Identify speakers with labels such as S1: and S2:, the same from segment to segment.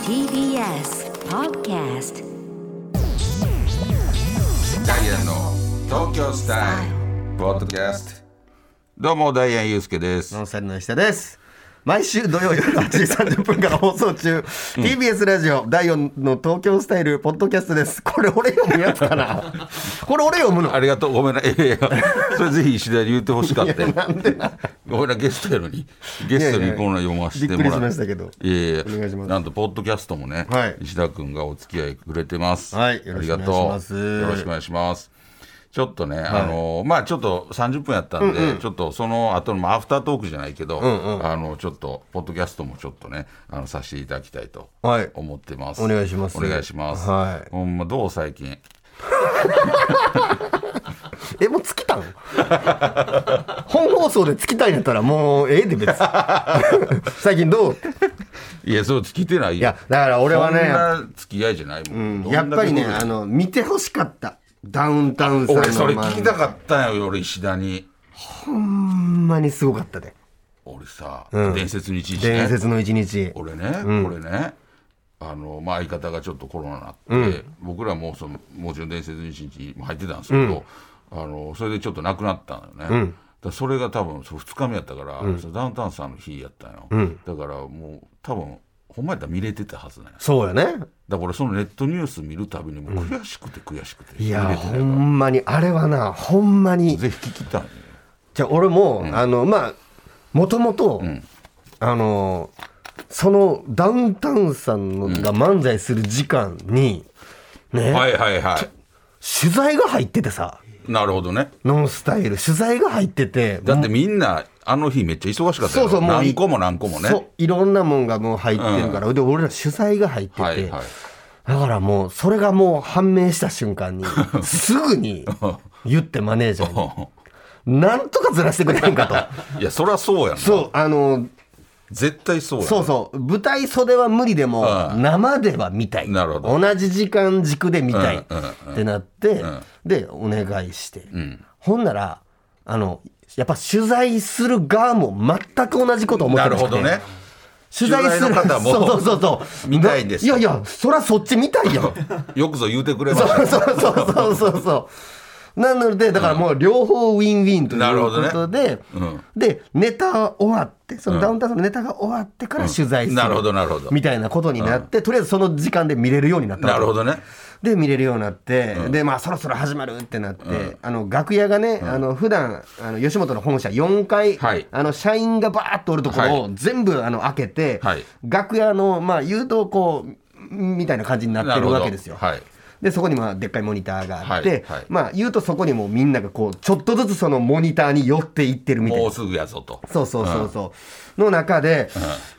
S1: TBS Podcast
S2: ダイアンの東京スタイルポッドキャストどうもダイアン祐介です
S3: ノンスタイルの石田です。毎週土曜夜8時30分から放送中、TBS ラジオ第4の東京スタイルポッドキャストです。これ俺読むやつかなこれ俺読むの
S2: ありがとうごめんない やいやそれぜひ石田に言ってほしかったよ
S3: なんでな
S2: ごめんなゲストやのにゲストにこんな読ませてもらって
S3: いやいやびっくりしましたけど
S2: いやいや
S3: お願いします
S2: なんとポッドキャストもね、
S3: はい
S2: 石田君がお付き合いくれてます
S3: はいよろしくお願いします
S2: ありがとうよろしくお願いしますちょっとね、あのまあちょっと30分やったんで、ちょっとその後のまあアフタートークじゃないけど、あのちょっとポッドキャストもちょっとねあのさせていただきたいと
S3: はい
S2: 思ってます、
S3: お願いします
S2: お願いします、
S3: はい
S2: ほんまどう最近
S3: え、もう尽きたん本放送で尽きたんやったらもうええで別 に。最近どう
S2: いやそう聞いてないよ
S3: いや、だから俺は
S2: そん
S3: ね、
S2: な付き合いじゃないもん、どんだ
S3: や
S2: け
S3: っぱりね、
S2: どう
S3: あの、見てほしかった。ダウンタウンさんの漫
S2: 俺
S3: 才。
S2: それ聞きたかったよ俺石田に
S3: ほんまにすごかったね。
S2: 俺さ、伝説に一日ね
S3: 伝説の一日。
S2: 俺ね、これねあの、まあ、相方がちょっとコロナになって、僕らもそのもちろん伝説の一日も入ってたんですけど、あのそれでちょっと亡くなったのよね、だからそれが多分そう2日目やったから、そのダウンタウンさんの日やったんよ、だからもう多分ほんまやったら見れてたはずなんよ
S3: そうやね。
S2: だから俺そのネットニュース見るたびにもう悔しくて悔しくて、
S3: い
S2: 見
S3: や
S2: れてな
S3: ほ
S2: いか
S3: んまにあれはなほんま
S2: ら
S3: に
S2: ぜひ聞きたいね
S3: じゃあ俺も、あのまあもともとあのそのダウンタウンさんのが漫才する時間に、ね、
S2: はいはいはい
S3: 取材が入っててさ
S2: なるほどね
S3: ノンスタイル取材が入ってて
S2: だってみんなあの日めっちゃ忙しかったよ
S3: そうそうもう
S2: 何個も何個もね
S3: そういろんなもんがもう入ってるから、で俺ら取材が入ってて、
S2: はいはい
S3: だからもうそれがもう判明した瞬 間にすぐに言ってマネージャーになんとかずらしてくれへんかと。
S2: いやそりゃそうやん
S3: そう、あの、
S2: 絶対そうやん
S3: そうそう、舞台袖は無理でも、
S2: うん
S3: 生では見たい。
S2: なるほど
S3: 同じ時間軸で見たい、
S2: うんうんうん
S3: ってなって、
S2: ん
S3: で、お願いして。
S2: ん
S3: ほんなら、あの、やっぱ取材する側も全く同じこと思って
S2: な
S3: る
S2: るほどね
S3: 取材す
S2: 取
S3: る
S2: 材の方も
S3: そうそうそうそう。
S2: 見たいです
S3: いやいや、そらそっち見たいやん。
S2: よくぞ言うてくれました
S3: そう
S2: ね
S3: そうそうそうそうそう。なので、だからもう両方ウィンウィンとい
S2: なるほど
S3: う
S2: ね
S3: ことで、
S2: うん
S3: で、ネタ終わって、そのダウンタウンさんのネタが終わってから取材する、
S2: なるほどなるほど
S3: みたいなことになって、とりあえずその時間で見れるようになったわ
S2: な
S3: け
S2: るほどね
S3: で、見れるようになって、で、まあ、そろそろ始まるってなって、あの、楽屋がね、あの、普段、あの、吉本の本社4階、
S2: はい
S3: あの、社員がバーっとおるところ
S2: は
S3: を全部、あの、開けて、
S2: はい
S3: 楽屋の、まあ、言うと、こう、みたいな感じになってるわけですよ。
S2: はい
S3: でそこにまあでっかいモニターがあって、
S2: はいはい
S3: まあ言うとそこにもうみんながこうちょっとずつそのモニターに寄っていってるみたい
S2: もう
S3: な
S2: すぐやぞと
S3: そうそうそうそう、の中で、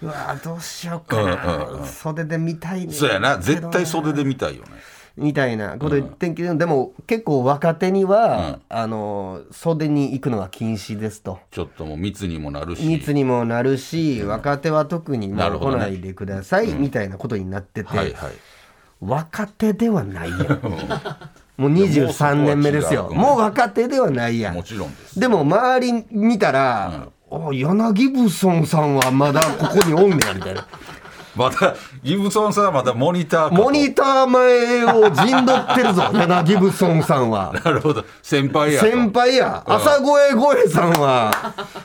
S3: うわーどうしようかな、
S2: うんうんうん
S3: 袖で見たいね
S2: そうやな絶対袖で見たいよね
S3: みたいなこと言ってんけど、でも結構若手には、あの袖に行くのは禁止ですと。
S2: ちょっともう密にもなるし
S3: 密にもなるし、若手は特に
S2: な
S3: も
S2: る
S3: う
S2: ほ
S3: 来
S2: どね
S3: ないでください、みたいなことになってて、
S2: はいはい
S3: 若手ではないやん
S2: う
S3: もう23年目ですよ。
S2: いやもうそこは違う
S3: もう若手ではないや
S2: ん
S3: ん
S2: も。ちろんです
S3: でも周り見たら、お柳ブソンさんはまだここにおんねやみたい な。
S2: またギブソンさんはまたモニターかと
S3: モニター前を陣取って るぞ、柳ブソンさんは。
S2: なるほど先輩やと
S3: 先輩や、朝声声さんは、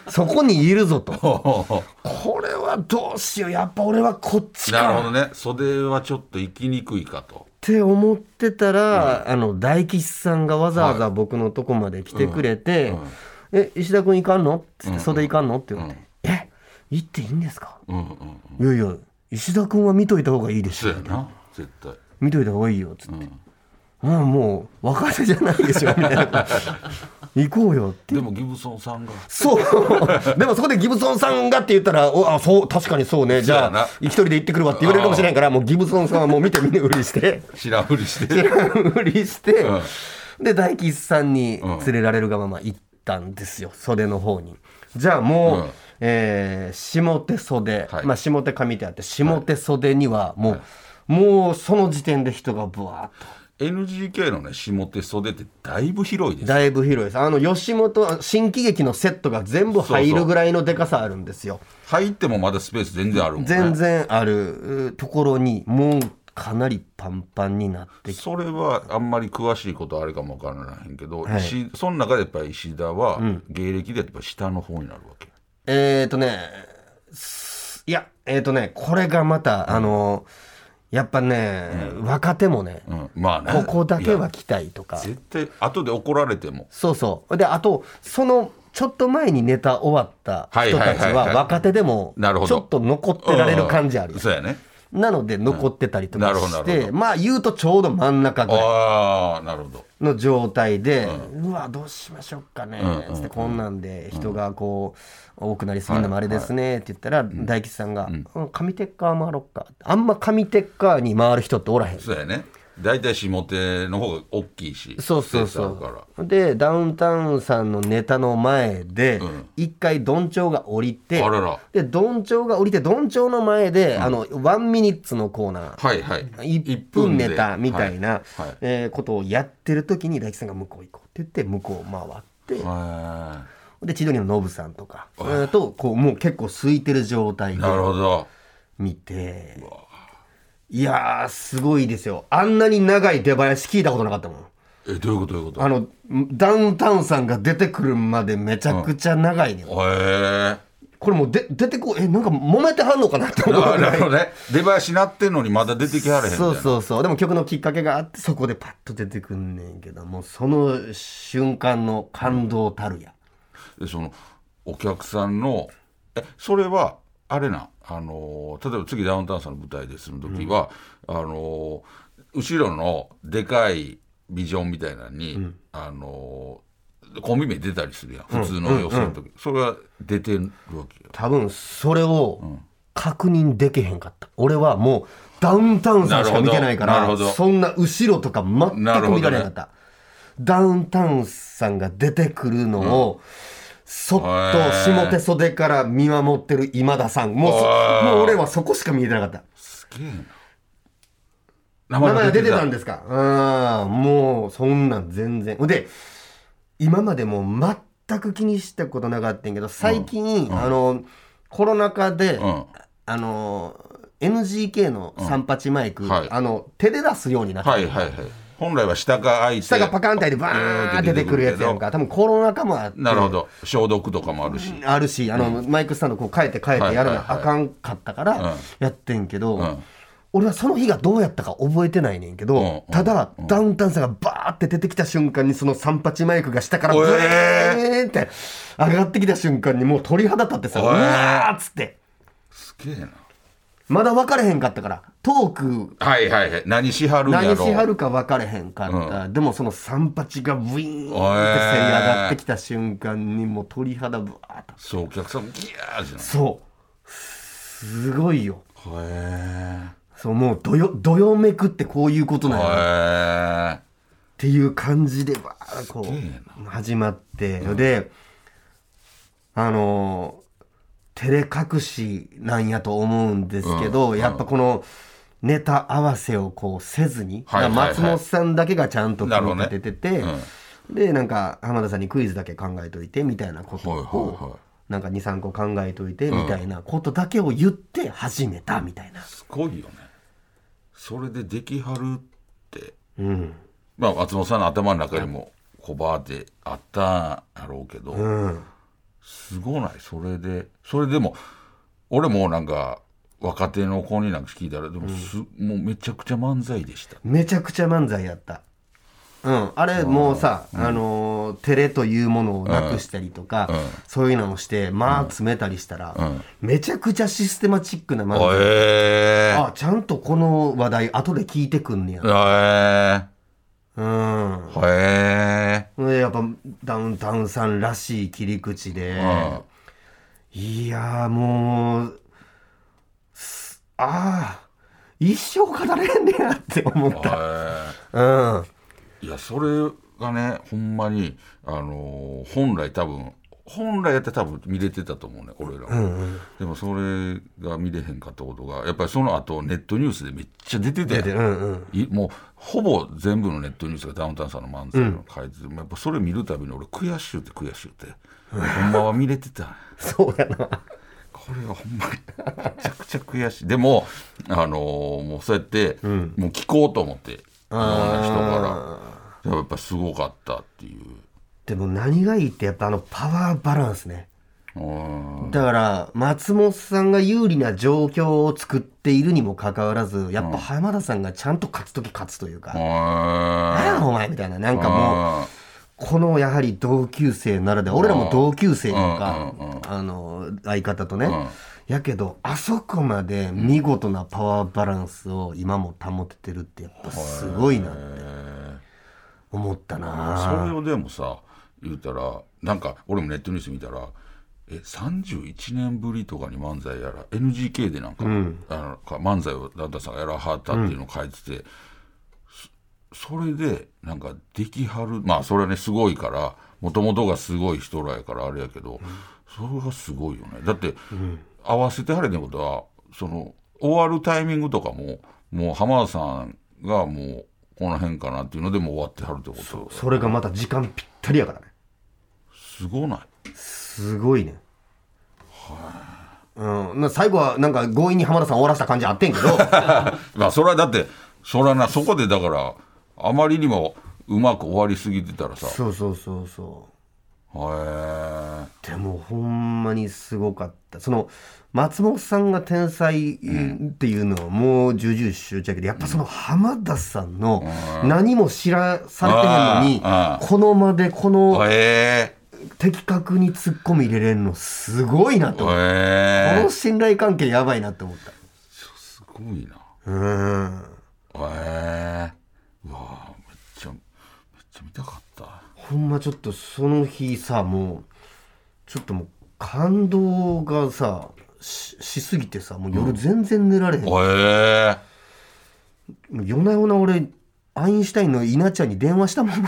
S3: そこにいるぞと。これはどうしよう、やっぱ俺はこっち
S2: なる
S3: か
S2: ほどね袖はちょっと行きにくいかと
S3: って思ってたら、あの大吉さんがわざわざ僕のとこまで来てくれて「え石田君行かんの?」っつって「袖行かんの?」って言われて「え行っていいんですか
S2: うんうんうん
S3: いやいや石田君は見といた方がいいです
S2: そう
S3: よ
S2: やな絶対
S3: 見といた方がいいよ」っつって「うん、もう若手じゃないでしょ」みたい な「行こうよ」って。
S2: でもギブソンさんが
S3: そう でもそこでギブソンさんがって言ったら「おあそう確かにそうねじ
S2: そうや
S3: ゃ
S2: な
S3: あ一人で行ってくるわ」って言われるかもしれないからもうギブソンさんはもう見て見ぬふりして。
S2: 知らんふりして
S3: 知らんふりして、
S2: うん
S3: で大吉さんに連れられるがまま行ったんですよ、袖の方にじゃあもう、
S2: うん
S3: えー下手袖、
S2: はい
S3: まあ、下手上手あって下手袖にはもう、もうその時点で人がブワーッと
S2: NGK のね下手袖ってだいぶ広いです
S3: だいぶ広いですあの吉本新喜劇のセットが全部入るぐらいのでかさあるんですよ
S2: 入ってもまだスペース全然あるもんね
S3: 全然あるところにもうかなりパンパンになってきて
S2: それはあんまり詳しいことはあれかもわからないけど、
S3: はい
S2: 石その中でやっぱり石田は
S3: ん
S2: 芸歴でやっぱ下の方になるわけ、
S3: えー、とねすいやえー、とねこれがまたあのやっぱね、若手もね、
S2: うん、まあね
S3: ここだけ
S2: い
S3: は
S2: や
S3: 来たいとか
S2: 絶対後で怒られても
S3: そうそうであとそのちょっと前にネタ終わった
S2: はい
S3: 人
S2: はいは
S3: た
S2: い
S3: ち
S2: はい
S3: は若手でもち
S2: なるほど
S3: ょっと残ってられる感じある
S2: うんそうやね
S3: なので残ってたりと
S2: な
S3: か
S2: るほどな
S3: し
S2: るほ
S3: て
S2: ど
S3: まあ言うとちょうど真ん中ぐらい
S2: ああなるほど
S3: の状態で、うわどうしましょうかね、
S2: うんうん
S3: つってこんなんで人がこう、多くなりすぎるのもあれですねって言ったら、大吉さんが「うん紙テッカー回ろっか」あんま紙テッカーに回る人っておらへん
S2: そうやね大体下手の方が大きいし
S3: そうそう
S2: スペースある
S3: そ
S2: か
S3: うでダウンタウンさんのネタの前で一、回どんちょうが降りて
S2: あらら
S3: でどんちょうが降りてどんちょうの前で、あのワンミニッツのコーナー、
S2: らはいはい
S3: 1分ネタみたいな
S2: はいはい
S3: えーことをやってる時に大吉さんが向こう行こうって言って向こう回って
S2: は
S3: で千鳥のノブさんとかえーとこうもう結構空いてる状態
S2: い
S3: で
S2: なるほど
S3: 見ていやーすごいですよあんなに長い出囃子聞いたことなかったもん
S2: えどういうことどういうこと
S3: あのダウンタウンさんが出てくるまでめちゃくちゃ長いね、
S2: へえ
S3: これもうで出てこえなんか揉めてはんのかなって思う
S2: な
S3: ぐらい
S2: るほどね出囃子なってんのにまだ出てきはれへんみたい
S3: そ
S2: な
S3: うそうそうでも曲のきっかけがあってそこでパッと出てくんねんけどもうその瞬間の感動たるや、
S2: でそのお客さんのえそれはあれなあのー例えば次ダウンタウンさんの舞台ですの時は、あのー後ろのでかいビジョンみたいなのに、あのーコンビ名出たりするやん普通の予選の時、それは出てるわけよ
S3: 多分それを確認できへんかった俺はもうダウンタウンさんしか見てないか
S2: なる
S3: ら
S2: ほど
S3: そんな後ろとか全く見られなかった、ダウンタウンさんが出てくるのを、そっと下手袖から見守ってる今田さんもうそ
S2: へえ
S3: もう俺はそこしか見えてなかった
S2: すげえな
S3: 名前が出てたん
S2: で
S3: ですかああもうそんなん全然で今までもう全く気にしたことなかったんやけど最近、あのコロナ禍で、
S2: うん
S3: あの NGK の三八マイク、
S2: はい
S3: あの手で出すようになって、
S2: はいはいはい本来は下が開いて
S3: 下がパカンって開いてバーンって出てくるやつやんか多分コロナ禍もあって
S2: なるほど消毒とかもあるし、
S3: あるしあの、マイクスタンドこう変えて変えてやらなあかんかったからやってんけど、
S2: ん
S3: 俺はその日がどうやったか覚えてないねんけど、
S2: んうん
S3: ただ、ダウンタウンさんがバーって出てきた瞬間にその三八マイクが下からブーンって上がってきた瞬間にもう鳥肌立ってさ、
S2: え
S3: う
S2: ー
S3: わーっつって
S2: すげえな
S3: まだ分かれへんかったからトーク
S2: はいはいはい何しはるんやろ
S3: 何しはるか分かれへんかった、でもその三八がブイーンってせり上がってきた瞬間にもう鳥肌ブワーっと
S2: そうお客さんもギャーじゃない
S3: そうすごいよ
S2: へ
S3: そうもうどよどよめくってこういうことなんやなっ
S2: え。
S3: ていう感じでわーこ
S2: すげえ
S3: う始まって、であのー照れ隠しなんやと思うんですけど、やっぱこのネタ合わせをこうせずに、
S2: はいはいはい
S3: 松本さんだけがちゃんと
S2: なるほどね
S3: 組み立ててて、でなんか浜田さんにクイズだけ考えといてみたいなことを、
S2: はいはいはい
S3: なんか23個考えといてみたいなことだけを言って始めたみたいな。
S2: すごいよね。それでできはるって。まあ松本さんの頭の中にも小バーってあったんやろうけど、すごないそれでそれでも俺もなんか若手の子になんか聞いたらでもす、もうめちゃくちゃ漫才でした。
S3: めちゃくちゃ漫才やった。うん、あれもうさ、あのー照れというものをなくしたりとか、そういうのをしてまあ詰めたりしたら、めちゃくちゃシステマチックな漫才、
S2: ええ。
S3: あちゃんとこの話題後で聞いてくんねや
S2: ええ。
S3: う
S2: へ
S3: ん
S2: え。
S3: でやっぱダウンタウンさんらしい切り口で、
S2: うん
S3: いやーもうすああ一生語れんねやって思っ
S2: へ
S3: た
S2: え。
S3: うん
S2: いやそれがねほんまにあのー本来多分本来やったら多分見れてたと思うね俺らは、でもそれが見れへんかったことがやっぱりその後ネットニュースでめっちゃ出てたやん
S3: 出てるうんうん
S2: いもうほぼ全部のネットニュースがダウンタウンさんの漫才の解説、やっぱそれ見るたびに俺悔しゅうて悔しゅうてほんまは見れてた
S3: そうやな。
S2: これはほんまにめちゃくちゃ悔しいでもあのーもうそうやって、もう聞こうと思っていろんな人からやっぱすごかったっていう
S3: でも何がいいってやっぱあのパワーバランスね。
S2: うん
S3: だから松本さんが有利な状況を作っているにもかかわらずやっぱ浜田さんがちゃんと勝つ時勝つというか「
S2: あ
S3: ああお前」みたいななんかもうこのやはり同級生ならでは俺らも同級生とかあの相方とねやけどあそこまで見事なパワーバランスを今も保ててるってやっぱすごいなって思った
S2: そ
S3: な
S2: れをでもさ言うたらなんか俺もネットニュース見たらえ31年ぶりとかに漫才やら NGK でなんか,、あのか漫才をダンタさんがやらはったっていうのを書いてて、そそれでなんかできはるまあそれはねすごいからもともとがすごい人らやからあれやけど、それがすごいよねだって、合わせてはれってことはその終わるタイミングとかももう浜田さんがもうこの辺かなっていうのでもう終わってはるってこと
S3: それがまた時間ぴったりやからね
S2: すごない
S3: すごいね。うん、な最後はなんか強引に浜田さん終わらせた感じあってんけ ど
S2: まあそれはだってそれはなそこでだからあまりにもうまく終わりすぎてたらさへ
S3: そうそうそうそう
S2: え
S3: でもほんまにすごかったその松本さんが天才っていうのはもう重々周知やけどやっぱその浜田さんの何も知らされてへんの
S2: あーあ
S3: にこの間でこの
S2: へえ
S3: 的確に突っ込み入れれるのすごいなと思ったこ
S2: へえ
S3: の信頼関係やばいなって思っ
S2: すごいな
S3: たうん
S2: へえうわあめっちゃめっちゃ見たかった
S3: ほんまちょっとその日さもうちょっともう感動がさししすぎてさもう夜全然寝られへん
S2: へえ
S3: もう夜な夜な俺アインシュタインの稲ちゃんに電話したもん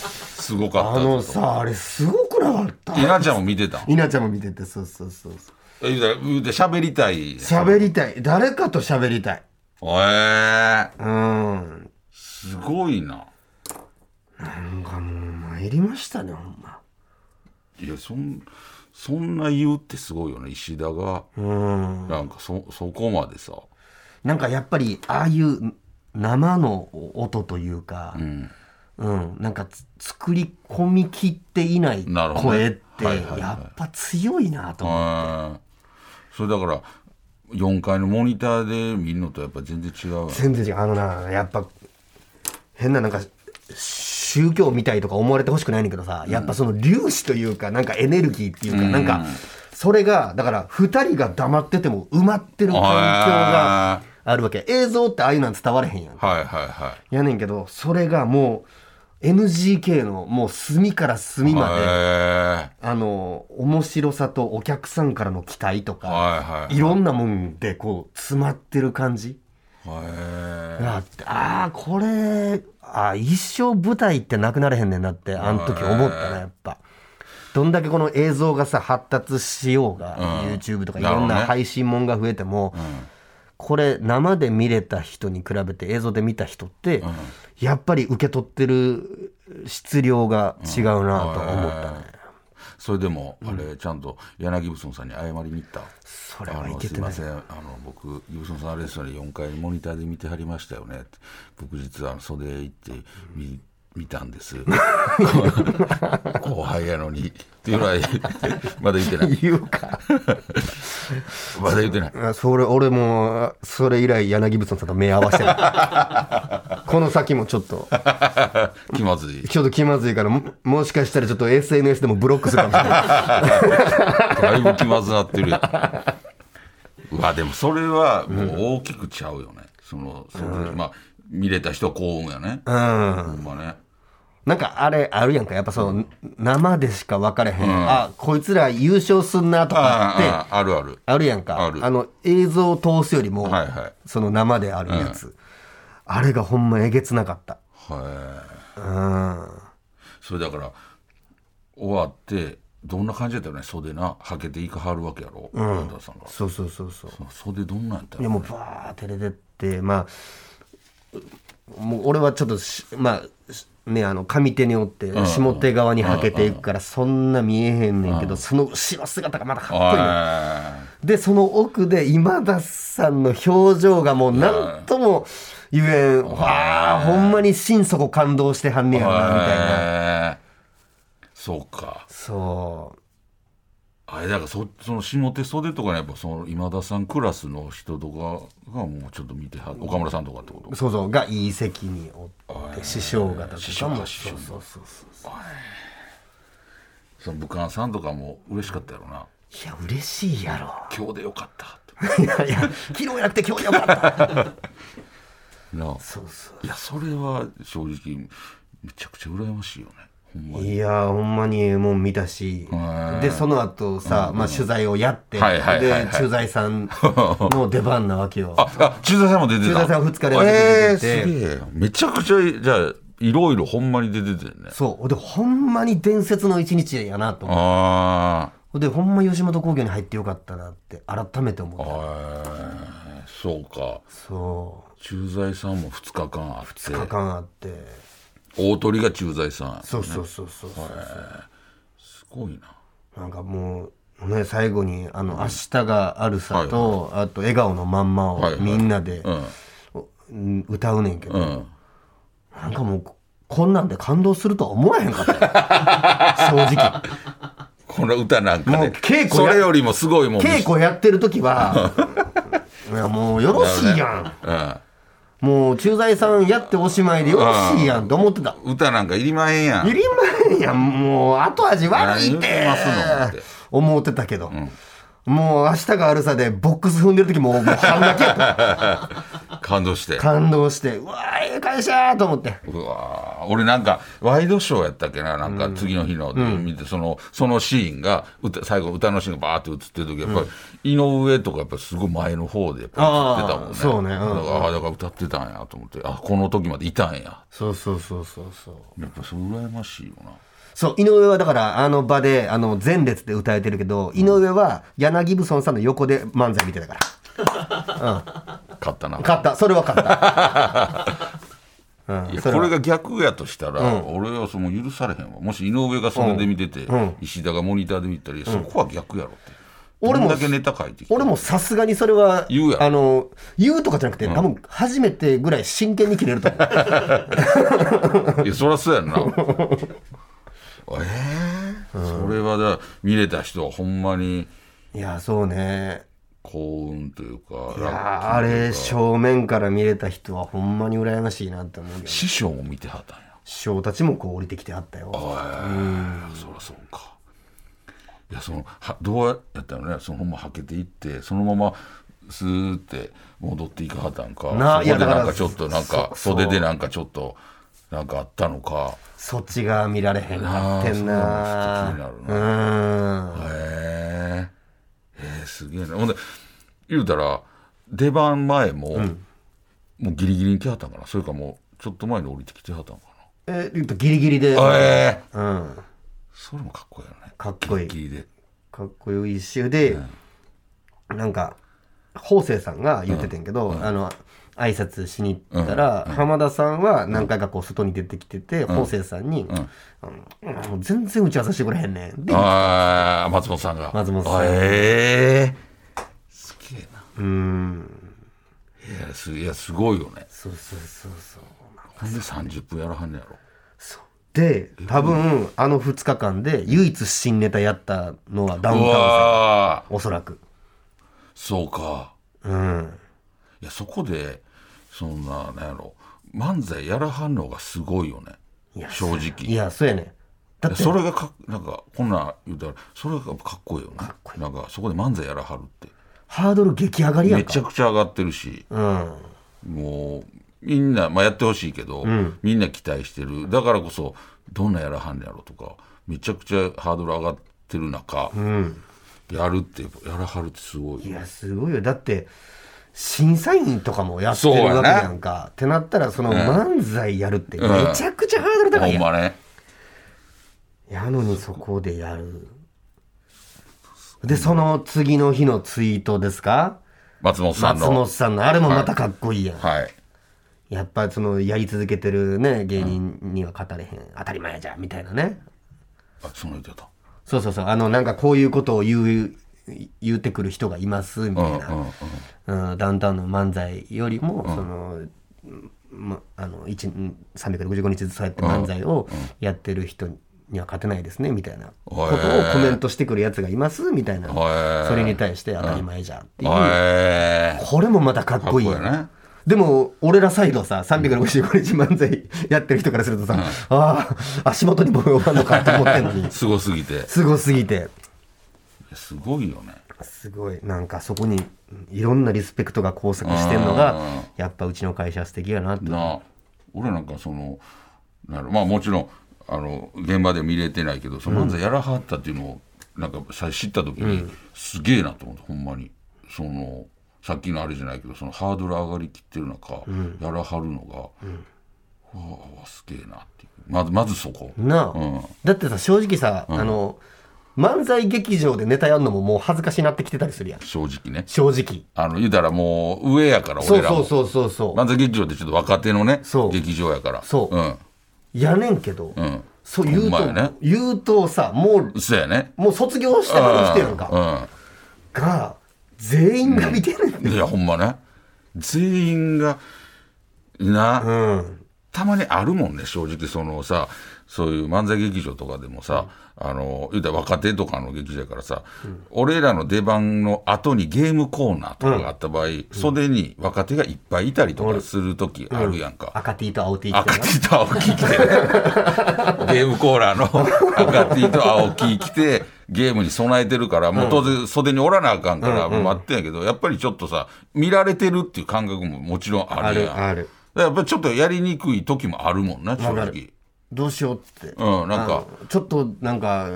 S2: すごかった
S3: あのさあれすごくなかった
S2: 稲ちゃんも見てたん
S3: 稲ちゃんも見ててそうそうそうそう
S2: え言うたら言うて喋りたいへ
S3: 喋りたい誰かと喋りたい
S2: え
S3: うん
S2: すごいな
S3: なんかもう参りましたねほんま
S2: いやそんそんな言うってすごいよね石田が
S3: うん
S2: なんかそそこまでさ
S3: なんかやっぱりああいう生の音というかうん、なんかつ作り込みきっていない
S2: なるほどね
S3: 声って
S2: はいはいはい
S3: やっぱ強いなと思う、
S2: うんそれだから4階のモニターで見るのとやっぱ全然違うよね
S3: 全然違うあのなやっぱ変ななんか宗教みたいとか思われてほしくないねんだけどさ、やっぱその粒子というかなんかエネルギーっていうか、なんかそれがだから2人が黙ってても埋まってる環境があるわけ映像ってああいうのは伝われへんやん
S2: はいはいは
S3: やねんけどそれがもう NGK のもう隅から隅
S2: い
S3: まで、
S2: へ
S3: あの面白さとお客さんからの期待と
S2: え
S3: か、
S2: はいはい
S3: いろんなもんでこう詰まってる感じ
S2: へえ
S3: があってああこれあー一生舞台ってなくなれへんねんなってあの時思ったなやっぱ。どんだけこの映像がさ発達しようが、YouTube とかいろ
S2: な
S3: ん
S2: るほどね
S3: な配信もんが増えても、これ生で見れた人に比べて映像で見た人って、やっぱり受け取ってる質量が違うなと思ったね、
S2: それでもあれちゃんと柳ブソンさんに謝りに行った
S3: それ
S2: あ
S3: はい
S2: の
S3: け
S2: すい
S3: て
S2: ま
S3: ない
S2: せんあの僕ギブソンさんあれですよね4階モニターで見てはりましたよねって僕実はあの袖へ行って見見たんです 後輩やのにっていうのはまだ言ってない
S3: 言うか
S2: まだ言ってない
S3: あそれ俺もそれ以来柳ブソンさんと目合わせてないこの先もちょっと
S2: 気まずい
S3: ちょっと気まずいからももしかしたらちょっと SNS でもブロックするかもし れない
S2: だいぶ気まずなってるやんうわでもそれはもう大きくちゃうよね、そのそのまあ見れた人は幸運やね、ほんまね
S3: なんかあれあるやんかやっぱその、生でしか分かれへん、あこいつら優勝すんなとかって
S2: ああああるある
S3: あるやんか
S2: ある
S3: の映像を通すよりも、
S2: はいはい
S3: その生であるやつ、あれがほんまえげつなかった
S2: はい
S3: うん
S2: それだから終わってどんな感じやったよね袖なはけていかはるわけやろ、うん、田さんが
S3: そうそうそうそう
S2: 袖どんなんやった
S3: いやもうバーって出てってまあもう俺はちょっとしまあねあの上手におって下手側にはけていくからそんな見えへんねんけどその後ろ姿がまたかっこいいのでその奥で今田さんの表情がもうなんとも言えんわあほんまに心底感動してはんねやろなみたいな
S2: なそうか
S3: そう
S2: あれだからそその下手袖とかねやっぱその今田さんクラスの人とかがもうちょっと見ては岡村さんとかってこと
S3: そうそうがいい席におって師匠方とかも
S2: 師匠か師
S3: そ
S2: 匠か
S3: うそうそうそう
S2: その武漢さんとかも嬉しかったやろない
S3: や嬉しいやろ
S2: 今日でよかったって
S3: いやいや昨日やなくて今日でよかった
S2: なあ
S3: そうそ
S2: いやそれは正直めちゃくちゃ羨ましいよねほんま
S3: う
S2: に
S3: いやほんまにええもん見たし
S2: うん
S3: でその後さ、まあ、取材をやって、
S2: はいはいはいはい
S3: で駐在さんの出番なわけ よ
S2: ああ中澤さんも出てた
S3: 中澤さん二日連続出てて
S2: えーすげえめちゃくちゃじゃあいろいろほんまに出ててね
S3: そうでほんまに伝説の一日やなと思
S2: あ
S3: うでほんま吉本興業に入ってよかったなって改めて思っ
S2: ーあ
S3: た
S2: ーそうか
S3: そう
S2: 駐在さんも2日間あって
S3: 果敢あって
S2: 大鳥が駐在さん
S3: そうそうそうそうそう
S2: すごいな
S3: なんかもうね最後に「あの明日があるさと」あと「笑顔のまんま」
S2: は
S3: を
S2: いはい
S3: みんなで
S2: うん
S3: おうん歌うねんけど
S2: うん
S3: なんかもうここんなんで感動するとは思わへんかったよ 正直
S2: この歌なんか
S3: もう
S2: ね
S3: 稽古や
S2: それよりもすごいもん
S3: 稽古やってる時はいやもうよろしいやんもう駐在さんやっておしまいでよろしいやんと思ってた
S2: うん、歌なんかいりまへんやん
S3: いりまへんやんもう後味悪いっ
S2: 何言って
S3: て
S2: ますのって
S3: 思ってたけど、もう明日があるさでボックス踏んでる時ももう半泣きやった
S2: 感動して
S3: 感動してうわーええ会社やと思って
S2: うわー俺なんかワイドショーやったっけななんか次の日の見てそのそのシーンが歌最後歌のシーンがバーって映ってる時やっぱり井上とかやっぱすごい前の方でやっぱ映ってたもん
S3: あ
S2: ね
S3: ーそうねう
S2: だ
S3: ん
S2: からあーだから歌ってたんやと思ってあこの時までいたんや
S3: そうそうそうそうそう
S2: やっぱそれ羨ましいよな
S3: そう井上はだからあの場であの前列で歌えてるけど井上は柳ブソンさんの横で漫才見てたから
S2: 勝ったな
S3: 勝ったそれは勝っ た
S2: いや
S3: それ
S2: こ
S3: は
S2: れが逆やとしたら、俺はその許されへんわもし井上がそれで見てて、石田がモニターで見てたり、そこは逆やろって
S3: 俺も
S2: どんだけネタ書いてきて
S3: 俺もさすがにそれは
S2: 言うやろ
S3: あの言うとかじゃなくて、多分初めてぐらい真剣に切れると思う
S2: いやそりゃそうやん なええそれはだ見れた人はほんまに
S3: いやそうね
S2: 幸運というか
S3: い
S2: ラッ
S3: やあれ正面から見れた人はほんまに羨ましいなって思うけど
S2: 師匠も見てはったんや
S3: 師匠たちもこう降りてきてあったよ
S2: そりゃそうかいやそのはどうやったのねそのままはけていってそのままスーって戻っていかはったんか
S3: な
S2: そこ
S3: いや
S2: で
S3: だから
S2: なんかちょっとなんか
S3: そそう
S2: 袖でなんかちょっとなんかあったのか
S3: そっちが見られへんなってん
S2: なあ
S3: な
S2: そうなんですちょっと気に
S3: うーん
S2: へえへえすげえなほんで言うたら出番前も、もうギリギリに来はったんかなそれかもうちょっと前に降りてきてはったんか
S3: えっとギリギリで、
S2: なええ
S3: うん、
S2: それもかっこいいよね
S3: かっこいい
S2: ギリギリで
S3: かっこよいしで、なんか方正さんが言っててんけど、あの挨拶しに行ったら、浜田さんは何回かこう外に出てきてて、方正さんに、あのもう全然打ち合わせしてくれへんねん」って言って
S2: ああ松本さんが
S3: 松本さん
S2: あええすげえな
S3: うん
S2: いやすいやすごいよね
S3: そうそうそうそう
S2: ほんで30分やらはんねやろ
S3: そうで多分あの2日間で唯一新ネタやったのはダウン
S2: う
S3: タウンさ
S2: わ
S3: んおそらく
S2: ーそうか
S3: うん
S2: いやそこでそんななんやろ漫才やらはんのがすごいよね
S3: いや
S2: 正直
S3: いやそうやねんだって
S2: それがかなんかこんなん言うたらそれがやっぱかっこいいよねなんかそこで漫才やらはるって
S3: ハードル激上がりやん
S2: め
S3: か
S2: ちゃくちゃ上がってるし、
S3: うん
S2: もうみんな、まあ、やってほしいけど、みんな期待してるだからこそどんなやらはんねやろとかめちゃくちゃハードル上がってる中、やるってやらはるってすごい
S3: い
S2: よ
S3: やすごいよだって審査員とかもやってるわけやんかってなったらその漫才やるってめちゃくちゃハードル
S2: ほ
S3: 高い
S2: ん
S3: やん、
S2: まね
S3: やのにそこでやるで、その次の日のツイートですか
S2: 松本さん
S3: 松
S2: の
S3: 本さんの、あれもまたかっこいいやん。
S2: はい
S3: やっぱその、やり続けてるね、芸人には語れへん。当たり前じゃん、みたいなね。
S2: あその人だと
S3: そうそうそう。あの、なんかこういうことを言う、言うてくる人がいます、みたいな。うん、ダウンタウンの漫才よりも、その、ま、あの1ん365日ずつそうやって漫才をやってる人には勝てないですねみたいなことをコメントしてくるやつがいますみたいな
S2: へえ
S3: それに対して当たり前じゃんっていう
S2: へえ
S3: これもまたかっこいいよ
S2: かっこいいよね
S3: でも俺らサイドはさ365日漫才やってる人からするとさ、ああ足元にも及ばんのかと思ってんのに
S2: すごすぎて
S3: すごすぎて
S2: すごいよね
S3: すごいなんかそこにいろんなリスペクトが交錯してんのが
S2: うん
S3: やっぱうちの会社は素敵やなって
S2: な俺なんかそのなるまあもちろんあの現場で見れてないけどその漫才やらはったっていうのをなんか最初知った時に、すげえなと思ってほんまにそのさっきのあれじゃないけどそのハードル上がりきってる中、やらはるのが、わあわあすげえなっていうまずまずそこ
S3: なあ、
S2: うん
S3: だってさ正直さ、あの漫才劇場でネタやるのももう恥ずかしになってきてたりするやん
S2: 正直ね
S3: 正直
S2: あの言うたらもう上やから
S3: そ
S2: 俺
S3: う
S2: らも
S3: そうそうそうそう、
S2: 漫才劇場ってちょっと若手のね
S3: そう
S2: 劇場やから
S3: そう
S2: うん
S3: やねんけど、
S2: ん
S3: そう言う
S2: ほんま
S3: と、
S2: やね
S3: 言うとさもう
S2: そうやね
S3: もう卒業したから来てるんか、
S2: うん
S3: が全員が見てる
S2: いやほんまね全員がな、
S3: うん、
S2: たまにあるもんね正直そのさそういう漫才劇場とかでもさ、あの言うたら若手とかの劇場やからさ、俺らの出番の後にゲームコーナーとかがあった場合、袖に若手がいっぱいいたりとかする時あるやんか、
S3: 赤 T と青 T 着て
S2: 赤
S3: な
S2: T と青木来てねゲームコーラの赤 T と青木来てゲームに備えてるからもう当然袖におらなあかんから待ってんやけどやっぱりちょっとさ見られてるっていう感覚ももちろんあるやん
S3: あるある
S2: やっぱりちょっとやりにくい時もあるもんな正
S3: わか
S2: 直
S3: るどうしようって、
S2: うんなんか
S3: あのちょっとなんか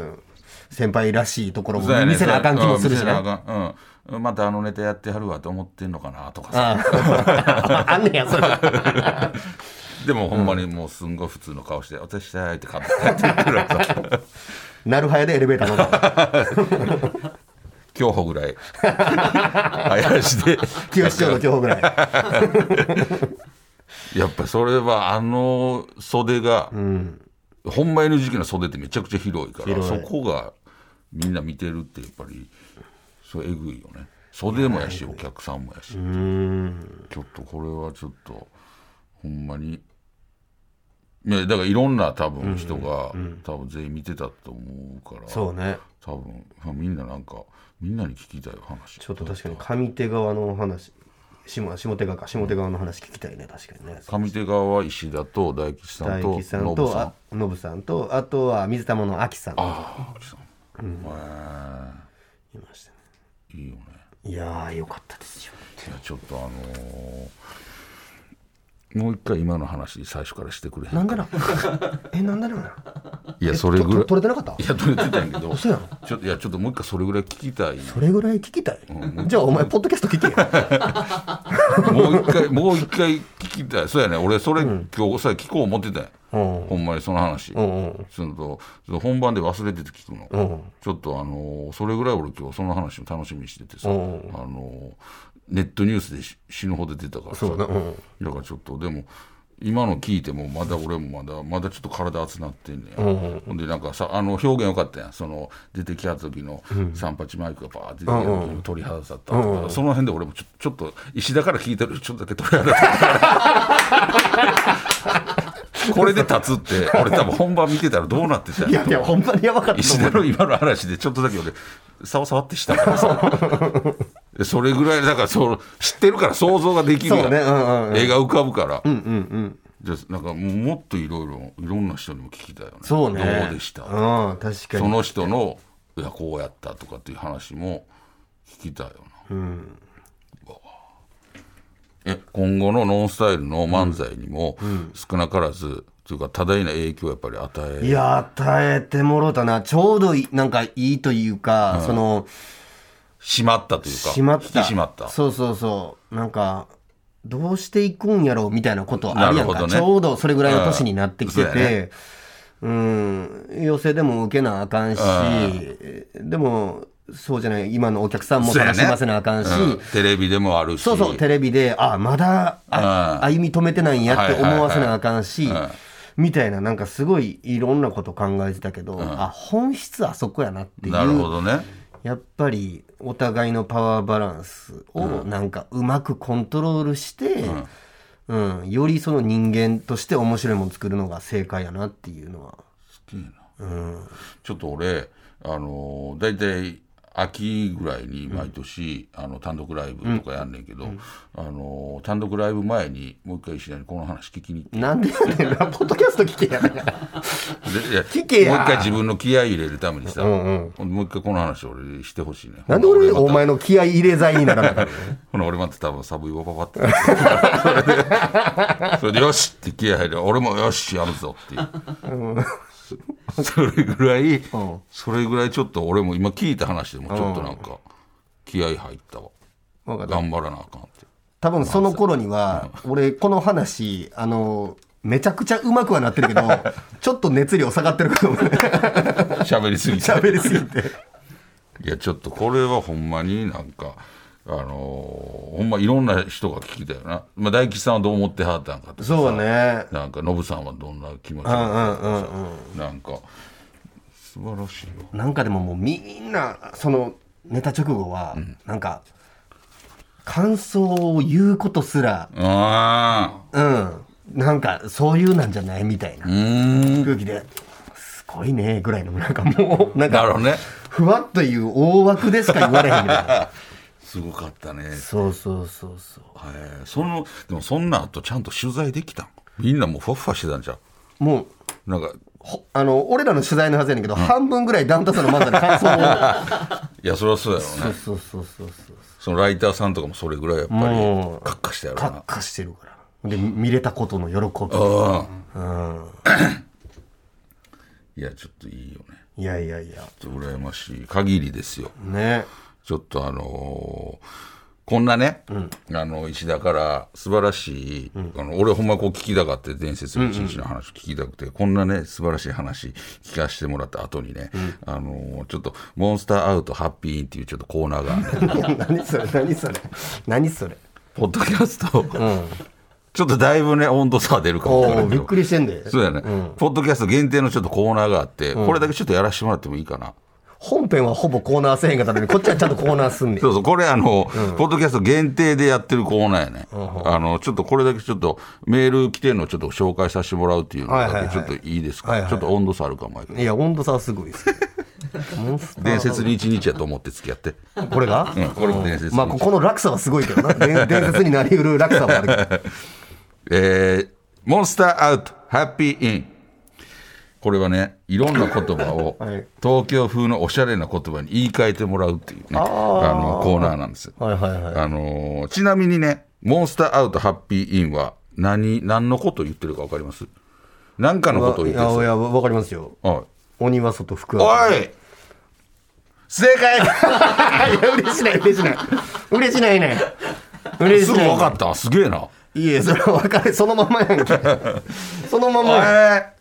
S3: 先輩らしいところも
S2: そうやね
S3: 見せなあかん気もするし
S2: うん見せな
S3: な、
S2: あかんうんまたあのネタやってはるわと思ってんのかなとかさ
S3: ああんねやそれ
S2: でもほんまにもうすんごい普通の顔して「私したい」って感じでやってくるわさ
S3: なるはやでエレベーター乗った
S2: 競歩ぐ らいあやして
S3: 清志町の競歩ぐらい。
S2: やっぱそれはあの袖が、ほんま NGK の袖ってめちゃくちゃ広いから
S3: 広
S2: そ
S3: い
S2: こがみんな見てるってやっぱりそれえぐいよね袖もやしお客さんもやしちょっとこれはちょっとほんまにねだからいろんな多分人が、多分全員見てたと思うから
S3: そうね。
S2: 多分まあみんななんかみんなに聞きたい話
S3: ちょっと確かに上手側の話、下下手側か、下手側の話聞きたいね、確かにね。
S2: 上手側は石田と大吉さん
S3: 大
S2: と
S3: 吉さん
S2: ノブ
S3: と、
S2: さん
S3: あノブさんと、あとは水玉の秋さんい
S2: ああ、さん。へ
S3: ましたね。
S2: えいいよね。
S3: いやー、よかったですよ。
S2: いや、ちょっとあのーもう一回今の話最初からしてくれへん
S3: なんでなえ、なんでなん
S2: いやそれぐら
S3: と
S2: い
S3: 取れてなかった
S2: いや取れてたんやけど
S3: 嘘やん
S2: ちょっといやちょっともう一回それぐらい聞きたい
S3: それぐらい聞きたい、じゃあお前ポッドキャスト聞けよ
S2: もう一回もう一回聞きたいそうやね俺それ、今日さ聞こう思ってたんや、
S3: うん
S2: ほんまにその話、
S3: んうん
S2: そのとその本番で忘れてて聞くの、
S3: ん
S2: ちょっとあのーそれぐらい俺今日その話を楽しみにしててさ、
S3: うん
S2: あのーネットニュースでし死ぬほど出てたからさ
S3: そうだうん
S2: だからちょっとでも今の聞いてもまだ俺もまだまだちょっと体熱なってんねや、ほんでなんかさあの表現よかったやんその出てきた時の三八マイクがバーって出てきた時に鳥肌立ったとか、その辺で俺もちょちょっと石田から聞いてるちょっとだけ鳥肌立った これで立つって俺多分本番見てたらどうなってたん
S3: いやいや、ほんまにやばかったと
S2: 石
S3: 思
S2: 田
S3: う。
S2: の今の話でちょっとだけ俺さわさわってしたから さそれぐらいだからそう知ってるから想像ができるやん
S3: そうねうんうんうん
S2: 絵が浮かぶから、じゃあなんかもうもっといろいろいろんな人にも聞きたいよね
S3: そうね。
S2: どうでした、
S3: うん、確か
S2: そ
S3: に。
S2: の人のいやこうやったとかっていう話も聞きたいよな、うわえ今後のノンスタイルの漫才にも少なからず、というか多大な影響をやっぱり与え
S3: いや、与えてもろたな。ちょうどいい、なんかいいというか、その、
S2: しまったというか
S3: しまっ
S2: 引き
S3: た。
S2: 締まった
S3: そうそうそう。なんか、どうしていくんやろうみたいなことあるやん
S2: な
S3: か。
S2: るほどね
S3: ちょうどそれぐらいの年になってきて
S2: うんそうや
S3: て、うん、寄せでも受けなあかんし、でも、そうじゃない今のお客さんも楽しませなあかんし、
S2: そうやねうんテレビでもあるし
S3: そうそう、テレビで、あまだあ
S2: うん
S3: 歩み止めてないんやって思わせなあかんし、
S2: はいはいはい
S3: みたいな、なんかすごいいろんなこと考えてたけど、あ本質あそこやなってい
S2: なるほ
S3: う、
S2: どね
S3: やっぱりお互いのパワーバランスをなんかうまくコントロールして、うんよりその人間として面白いもの作るのが正解やなっていうのは。
S2: ちょっと俺、あのー、大体、秋ぐらいに毎年、あの単独ライブとかやんねんけど、あのー単独ライブ前にもう一回石田にこの話聞きに行って
S3: なんでやねん、ラポッドキャスト聞け やねん。
S2: でいや
S3: 聞けや
S2: もう一回自分の気合い入れるためにさ、
S3: ん
S2: もう一回この話を俺してほしいね
S3: なんで俺、
S2: ほ
S3: お前の気合い入れ剤にならなか ったの
S2: ほな俺また多分サブイボパパって なってるからそれでそれでよしって気合い入れ俺もよしやるぞっていうそそれぐらい、
S3: ん
S2: それぐらいちょっと俺も今聞いた話でもちょっとなんか気合い入ったわ
S3: わかった
S2: 頑張らなあかんって
S3: 多分その頃には、俺この話あのめちゃくちゃうまくはなって るけどちょっと熱量下がってる かもね
S2: 喋りす ぎて
S3: 喋りすぎて
S2: いやちょっとこれはほんまになんかあのーほんまいろんな人が聞きたよな、まあ、大吉さんはどう思ってはったんかとかさ
S3: そうね
S2: なんかノブさんはどんな気持ち
S3: う
S2: だ
S3: ん
S2: っ
S3: うんうんうん
S2: たなんか素晴らしいよ
S3: なんかでももうみんなその寝た直後は、なんか感想を言うことすら
S2: ああ
S3: うんなんかそういうなんじゃないみたいな
S2: うーん
S3: 空気で「すごいね」ぐらいのなんかもうなん
S2: なる
S3: か
S2: ほどね
S3: ふわっという大枠でしか言われへんみた いな
S2: すごかったね、
S3: そうそうそうそう
S2: えーそのでもそんな後ちゃんと取材できたんみんなもうふわふわしてたんじゃん
S3: もう
S2: なんか
S3: ほあの俺らの取材のはずやねんけど、半分ぐらいダウンタウンさんの漫才の 感想を
S2: いやそれはそうやろうね
S3: そうそうそうそうそう
S2: そのライターさんとかもそれぐらいやっぱり
S3: もう
S2: カッカしたやろう
S3: カッ
S2: な
S3: カしてるからで見れたことの喜
S2: うんいやちょっといいよね
S3: びいやいやいや
S2: ちょっと羨ましい限りですよ
S3: ね
S2: ちょっとあのーこんなね、あの石田から素晴らしい、あの俺ほんまこう聞きたかって伝説の一日の話聞きたくて、こんなね素晴らしい話聞かせてもらった後にね、あのーちょっと「モンスターアウトハッピーイン」っていうちょっとコーナーがあんねん
S3: 何それ何それ何それ
S2: ポッドキャスト、ちょっとだいぶね温度差が出るかもわから
S3: おお
S2: んけ
S3: びっ
S2: ど
S3: くりしてんで
S2: そうだね、ポッドキャスト限定のちょっとコーナーがあって、これだけちょっとやらせてもらってもいいかな
S3: 本編はほぼコーナーせえへんかったのにこっちはちゃんとコーナーすんねん
S2: そうそう、これあの、ポッドキャスト限定でやってるコーナーやね。あの、ちょっとこれだけちょっと、メール来てるのをちょっと紹介させてもらうっていうの
S3: はいはい
S2: だけ
S3: はい
S2: ちょっといいです
S3: はいは
S2: か
S3: い
S2: ちょっと温度差あるかもやけど
S3: いや温度差はすごいですけどモンスター
S2: 伝説に一日やと思って付き合って。
S3: これが、
S2: うん、これも伝説に一日
S3: まあここの落差はすごいけどな伝伝説になりうる落差もあるけど
S2: えーモンスターアウト、ハッピーイン。これはね、いろんな言葉を
S3: はい
S2: 東京風のおしゃれな言葉に言い換えてもらうっていうね、あのコーナーなんです。
S3: はいはいはい
S2: あのーちなみにね、モンスターアウトハッピーインは何、何のことを言ってるか分かります何かのことを言ってるん
S3: いや
S2: で
S3: い
S2: すよ
S3: やわかりますよ
S2: おい。
S3: 鬼は外福は
S2: おい正 解
S3: いや嬉しない嬉しない嬉しないね嬉
S2: す
S3: し
S2: ぐ
S3: ない
S2: 分かった。すげえな。
S3: いえそれは分かるそのままやんけそのまま
S2: おい
S3: やん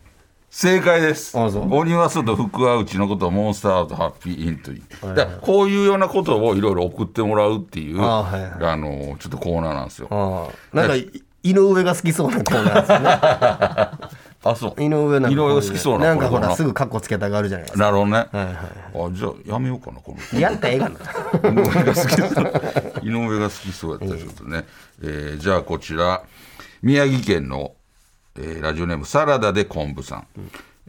S2: 正解です。
S3: あそう
S2: 鬼は外、福は内のことをモンスターアウトハッピーインという。だからこういうようなことをいろいろ送ってもらうっていう、
S3: あ
S2: あ
S3: はいはい
S2: のーちょっとコーナーなんですよ。
S3: ああなんかい井上が好きそうなコーナーですよね
S2: あ、そう。
S3: 井上なん
S2: い
S3: かこ
S2: ろ
S3: う
S2: いうろ好きそうな
S3: なんかほ
S2: これ
S3: ら
S2: な
S3: すぐカッコつけたがあるじゃないですか
S2: なるほどね。
S3: はいは
S2: あ、じゃあやめようかな、この。
S3: いやったらええがな
S2: 井上が好きそう 井上が好きそうやったらちょっとね、えーじゃあこちら宮城県の、えーラジオネームサラダで昆布さん、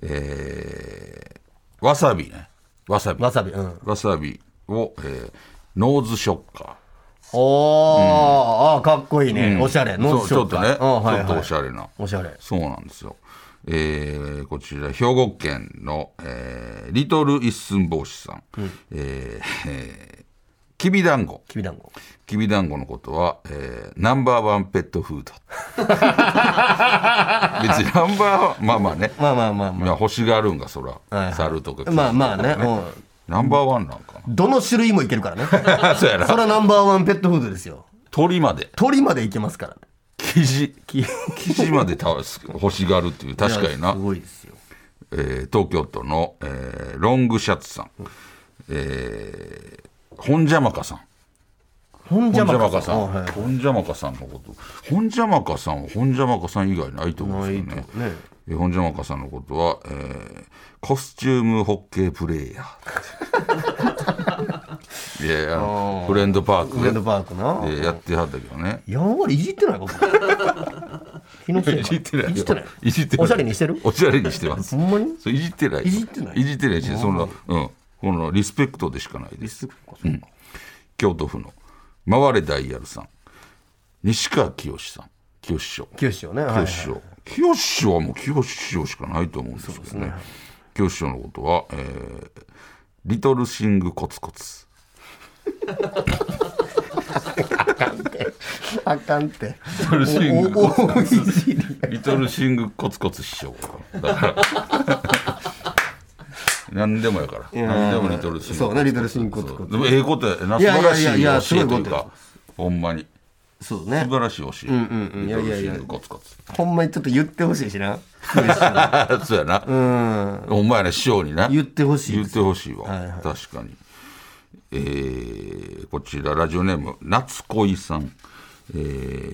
S2: えーわさびねわさび
S3: わさびうん
S2: わさびを、えーノーズショッカ
S3: おーああかっこいい
S2: ー、
S3: ね
S2: うん
S3: おしゃれノースシ
S2: そう
S3: ョ
S2: ちょっと
S3: ッカ
S2: ね、
S3: ーああはい
S2: ちょっ
S3: は
S2: と
S3: い
S2: おしゃれな
S3: おしゃれ
S2: そうなんですよ、えーこちら兵庫県の、えーリトル一寸法師さん、えーえーきびだんご
S3: きびだんご
S2: きびだんごのことは、えーナンバーワンペット フード別にナンバーワンまあまあね、
S3: まあまあまあま
S2: まあ、欲しがるんがそら、
S3: はいはい
S2: 猿とか
S3: あまあまあねうん
S2: ナンバーワンなんか
S3: どの種類もいけるか らね
S2: なそうやな
S3: それはナンバーワンペットフードですよ
S2: 鳥まで
S3: 鳥までいけますからね
S2: 生地生地まで倒す欲しがるっていう確かに
S3: いや
S2: な
S3: す、ごいですよ
S2: えー東京都の、えーロングシャツさん、えー、本邪魔かさん。
S3: 本
S2: 本
S3: 邪
S2: 邪魔
S3: 魔
S2: か
S3: か
S2: さ
S3: さ
S2: ん
S3: ん。あはい。
S2: 本邪魔かさんのこと。本邪魔かさんは本邪魔かさん以外ないと思うんですよ
S3: ない
S2: ね
S3: と。ね
S2: えー本邪魔かさんのことは、えーコスチュームホッケープレイヤー。 いやいやあの、フレンドパーク
S3: フレンド
S2: で
S3: パークな。
S2: でやってはったけどね。
S3: やんわりいじってない か、気のせい
S2: い
S3: か。
S2: じってない。
S3: いじってない。
S2: いじってない
S3: おしゃれにしてる
S2: おしゃれにしてます
S3: ほ。んまに
S2: そういじってない。
S3: いじってない
S2: いじってないし、その、うん、このリスペクトでしかないです。
S3: うん
S2: 京都府の回れダイヤルさん西川きよしさんきよし師匠
S3: 清志よね。
S2: き
S3: は
S2: よ
S3: い
S2: し師匠きよし師匠はもうきよし師匠しかないと思うんですけどねきよし師匠のことは、えーリトルシングコツコ ツ
S3: あかんって。
S2: リトルシング
S3: おおおいじり。
S2: リトルシングコツコツ師匠だから何でもやから
S3: やー
S2: 何でもリトルシング
S3: そうねリトルシングコツコツ
S2: そうでもええことやな素
S3: いや
S2: 晴
S3: いや
S2: ら
S3: いやいや
S2: しい教えという
S3: すごいこ
S2: かほんまに
S3: そう
S2: 素
S3: ね。
S2: 晴らしい教え、
S3: んうんい
S2: リ
S3: や
S2: ト
S3: い
S2: ル
S3: やい
S2: シ
S3: や
S2: ングコツコツ
S3: ほんまにちょっと言ってほしいしな。
S2: そうやな。
S3: うん。
S2: お前ら師匠にな。
S3: 言ってほしい
S2: 言
S3: で
S2: っ
S3: す。
S2: てほしいわ。
S3: はいはい
S2: 確かに。えーこちら、ラジオネーム、夏恋さん。え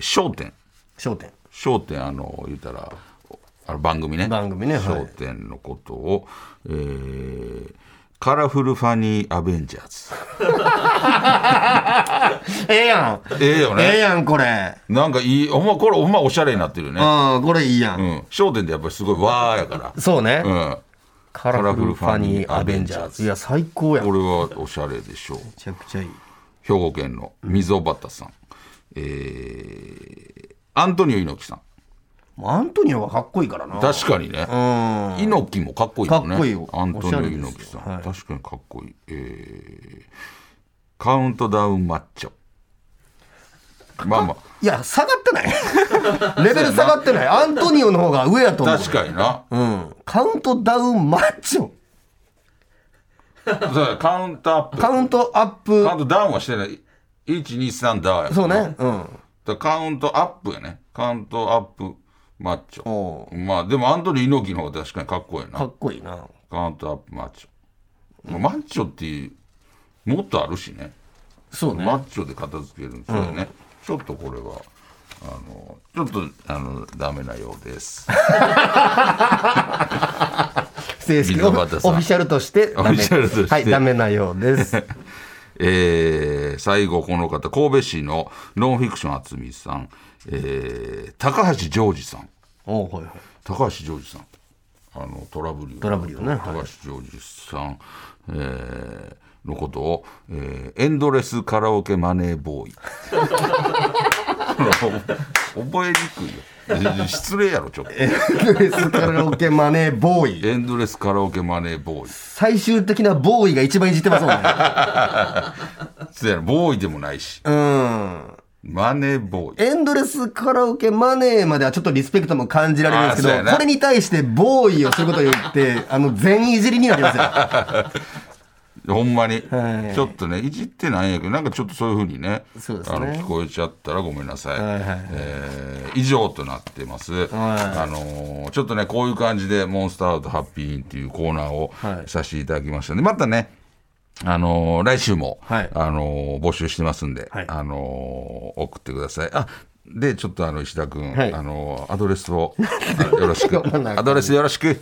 S2: ー、笑点。
S3: 焦点。
S2: 笑点、あの、言うたら、あの番組ね。
S3: 番組ねはい
S2: 笑点のことを、えーカラフルファニーアベンジャー
S3: ええやん。
S2: ズ。ええよ
S3: ええ
S2: ね。
S3: やん、これ。
S2: なんかいい、ほんま、これ、ほんまおしゃれになってるよね。
S3: ああ、これいいやん。
S2: うん。笑点ってやっぱりすごいわーやから。
S3: そうね、
S2: うん。
S3: カラフルファニーアベンジャーズ。いや、最高やん。
S2: こ
S3: め
S2: れはおしゃれでしょう。
S3: ちゃくちゃいい。
S2: 兵庫県の溝端さん、えーアントニオ猪木さん
S3: もうアントニオはかっこいいからな。
S2: 確かにね
S3: うん。
S2: 猪木もかっこいいもんね
S3: かっこいいよ
S2: アントニオ猪木さ
S3: お
S2: ん、
S3: しゃれです
S2: 確
S3: よ
S2: かにかっこいい、えーカウントダウンマッチョまあま
S3: いや、下がってない。レベル下がってない。アントニオの方が上やと思
S2: あ
S3: う。
S2: 確かにな、
S3: うん。カウントダウンマッチョ。
S2: そうだカウントアップ
S3: カウントアップ
S2: カウ。ントダウンはしてない123ダウンや
S3: そうね。うん。
S2: だからカウントアップやねカウントアップマッチ
S3: お
S2: ョまあでもアントニオ猪木の方が確かにかっこいいな
S3: かっこいいな。
S2: カウントアップマッチョ、まあマッチョっていうもっとあるしね
S3: そうね。
S2: マッチョで片付けるんですよね、ちょっとこれはあのちょっとあのダメなようです
S3: 正式オ
S2: 溝
S3: フ
S2: 端さん
S3: ィシャルとしてダメ。
S2: オフィシャルとして
S3: はい、ダメなようです。
S2: えー最後この方神戸市のノンフィクション渥美さん、えー高橋ジョージさん
S3: おおはいはい。
S2: 高橋ジョージさんあのトラブリュー
S3: トラブリューね
S2: 高橋ジョージさん、えーのことを、えーエンドレスカラオケマネーボーイ これ覚えにくいよ失礼やろちょっと
S3: エンドレスカラオケマネーボーイ。
S2: エンドレスカラオケマネーボーイ
S3: 最終的なボーイが一番いじってますもんね。
S2: そやろボーイでもないし
S3: うん。
S2: マネーボーイ
S3: エンドレスカラオケマネーまではちょっとリスペクトも感じられるんですけ
S2: あーそうや
S3: ど、
S2: な
S3: これに対してボーイをすることを言って、あの、全いじりになりますよ。
S2: ほんまに、
S3: はい
S2: ちょっとねいじってないんやけどなんかちょっとそういうふうにね
S3: そうですね
S2: あの聞こえちゃったらごめんなさい、
S3: はいはい
S2: えー以上となってます、あのーちょっとねこういう感じで「モンスターアウトハッピーイン」っていうコーナーを
S3: はい
S2: させていただきましたので、またねあのー来週も、
S3: はい
S2: あのー募集してますんで、
S3: はい
S2: あのー送ってくださいあでちょっとあの石田君、
S3: はい
S2: あのーアドレスをあよろしく
S3: 読まなあか
S2: ア
S3: ん
S2: ドレスよろしく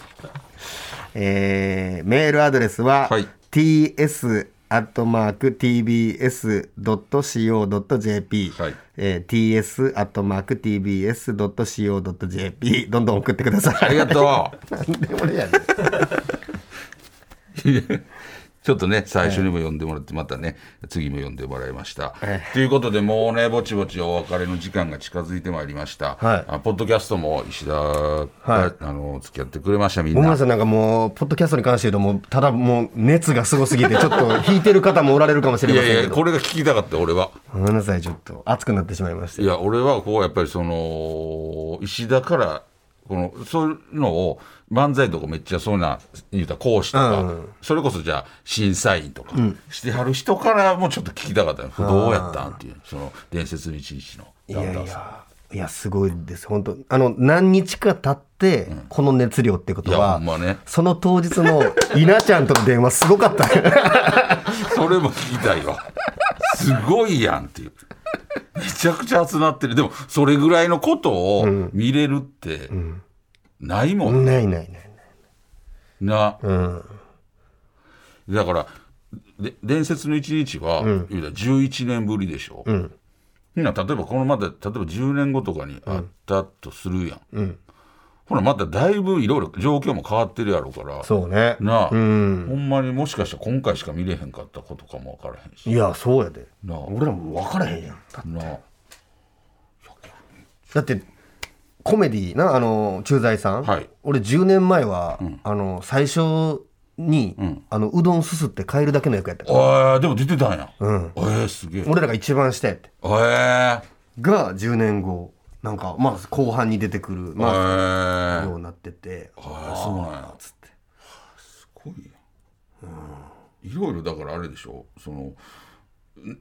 S3: えー、メールアドレスは、
S2: はい
S3: ts アットマーク tbs.co.jp、
S2: はい
S3: えー、ts アットマーク tbs.co.jp どんどん送ってくださ
S2: あり
S3: い。
S2: が とう
S3: なんで俺やねん。
S2: ちょっとね、最初にも読んでもらって、またね、次も読んでもらいました。ということで、もうね、ぼちぼちお別れの時間が近づいてまいりました。
S3: はい
S2: あポッドキャストも石田が、
S3: はい
S2: あの付き合ってくれました、みん
S3: ごめんな
S2: な。
S3: さい、なんかもう、ポッドキャストに関して言うと、もう、ただもう、熱がすごすぎて、ちょっと、引いてる方もおられるかもしれ
S2: い
S3: ませんけど。
S2: やいや、これが聞きたかった、俺は。
S3: ごめんなさい、ちょっと、熱くなってしまいまし
S2: い
S3: て。
S2: や、俺は、こう、やっぱりその、石田から、この、そういうのを、漫才とかめっちゃそうな、言うたら講師とか、
S3: うん
S2: それこそじゃあ、審査員とか、してはる人からもちょっと聞きたかったよ。不動やったんっていう、その、伝説の一日の。
S3: いやいや、いや、すごいです。本当あの、何日か経って、この熱量ってこと
S2: いやほ
S3: は、
S2: んまね
S3: その当日の稲ちゃんとの電話すごか ったね。
S2: それも聞きたいわ。 すごいやんっていう。めちゃくちゃ集まってる。でも、それぐらいのことを見れるって、ないもんね
S3: ないないない。
S2: な、だからで伝説の一日は、言うたら11年ぶりでしょ、うな例えばこのまた例えば10年後とかにあったとするやん、ほらまただいぶいろいろ状況も変わってるやろうから
S3: そうね。
S2: なあ、
S3: うん。
S2: ほんまにもしかしたら今回しか見れへんかったことかも分からへんし
S3: いや、そうやで。
S2: なあ
S3: 俺らもう分からへんやん。
S2: なあ
S3: だってコメディなあの駐在さん、
S2: はい
S3: 俺10年前は、あの最初に、あのうどんすすって帰るだけの役やったから
S2: あーでも出てたんや、えー、すげえ
S3: 俺らが一番下やって
S2: えー、
S3: が10年後なんかまあ後半に出てくる
S2: え
S3: まあ
S2: ー、
S3: ようになってて
S2: あーそうなんや
S3: つって
S2: すごいやんいろいろだからあれでしょその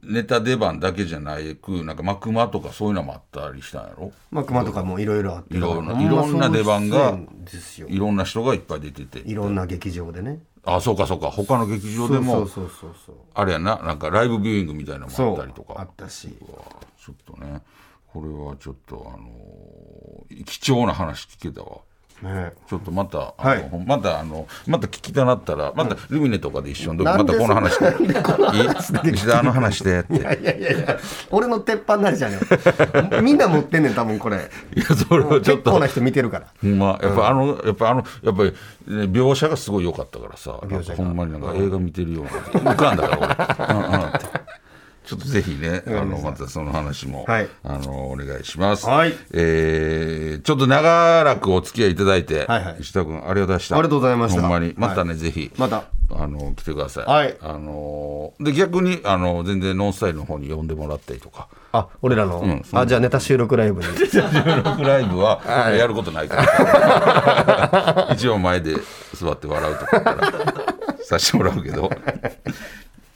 S2: ネタ出番だけじゃないくなんか幕間とかそういうのもあったりしたんやろ
S3: まあ熊とかもいろいろあって
S2: いろんな
S3: ほま
S2: いろんな出番が
S3: そうですよ
S2: いろんな人がいっぱい出てて
S3: いろんな劇場でね
S2: あそうかそうか他の劇場
S3: そ
S2: で
S3: うそう
S2: も
S3: そうそうそう
S2: あれやななんかライブビューイングみたいなのもあ
S3: そ
S2: っ
S3: う
S2: たりと
S3: あ
S2: か
S3: ったし
S2: ちょっとねこれはちょっとあのー貴重な話聞けたわ
S3: ね
S2: ちょっとまた、あの
S3: はい
S2: ほんまたあの、また聞きたなったら、またルミネとかで一緒の時、
S3: なん
S2: ま
S3: で
S2: たこの話で、いい石田あの話でって。
S3: いやいやいや俺の鉄板なりじゃねえ みんな持ってんねん多分これ
S2: いや、それはちょ
S3: 結
S2: っ
S3: 構
S2: と
S3: な。人見てるから
S2: ほんまやっぱあの、やっぱあの、やっぱり、ね描写がすごい良かったからさ、なん
S3: 描
S2: か
S3: 写が
S2: ほんまになんか映画見てるような、浮かんだ から俺。うんうんってちょっとぜひね、あの、またその話も、
S3: はい
S2: あの、お願いします。
S3: はい
S2: えーちょっと長らくお付き合いいただいて、
S3: はいはい
S2: 石田君、ありがとうございました。
S3: ありがとうございました
S2: ほんまに。またね、ぜひ。
S3: また
S2: あの来てください、
S3: はい
S2: あので逆にあの全然ノンスタイルの方に呼んでもらったりとか
S3: あ俺らの、あじゃあネタ収録 ライブに
S2: 収録ライブは
S3: はい
S2: やることないから、 一応前で座って笑うとかからさせてもらうけど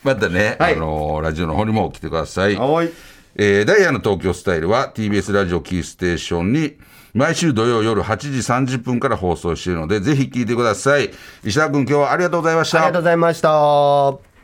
S2: またね、
S3: はい
S2: あのラジオの方にも来てください
S3: はい
S2: えーダイヤの東京スタイルは TBS ラジオキーステーションに毎週土曜夜8時30分から放送しているのでぜひ聞いてください石田君今日はありがとうございまし
S3: あり
S2: た
S3: がとうございました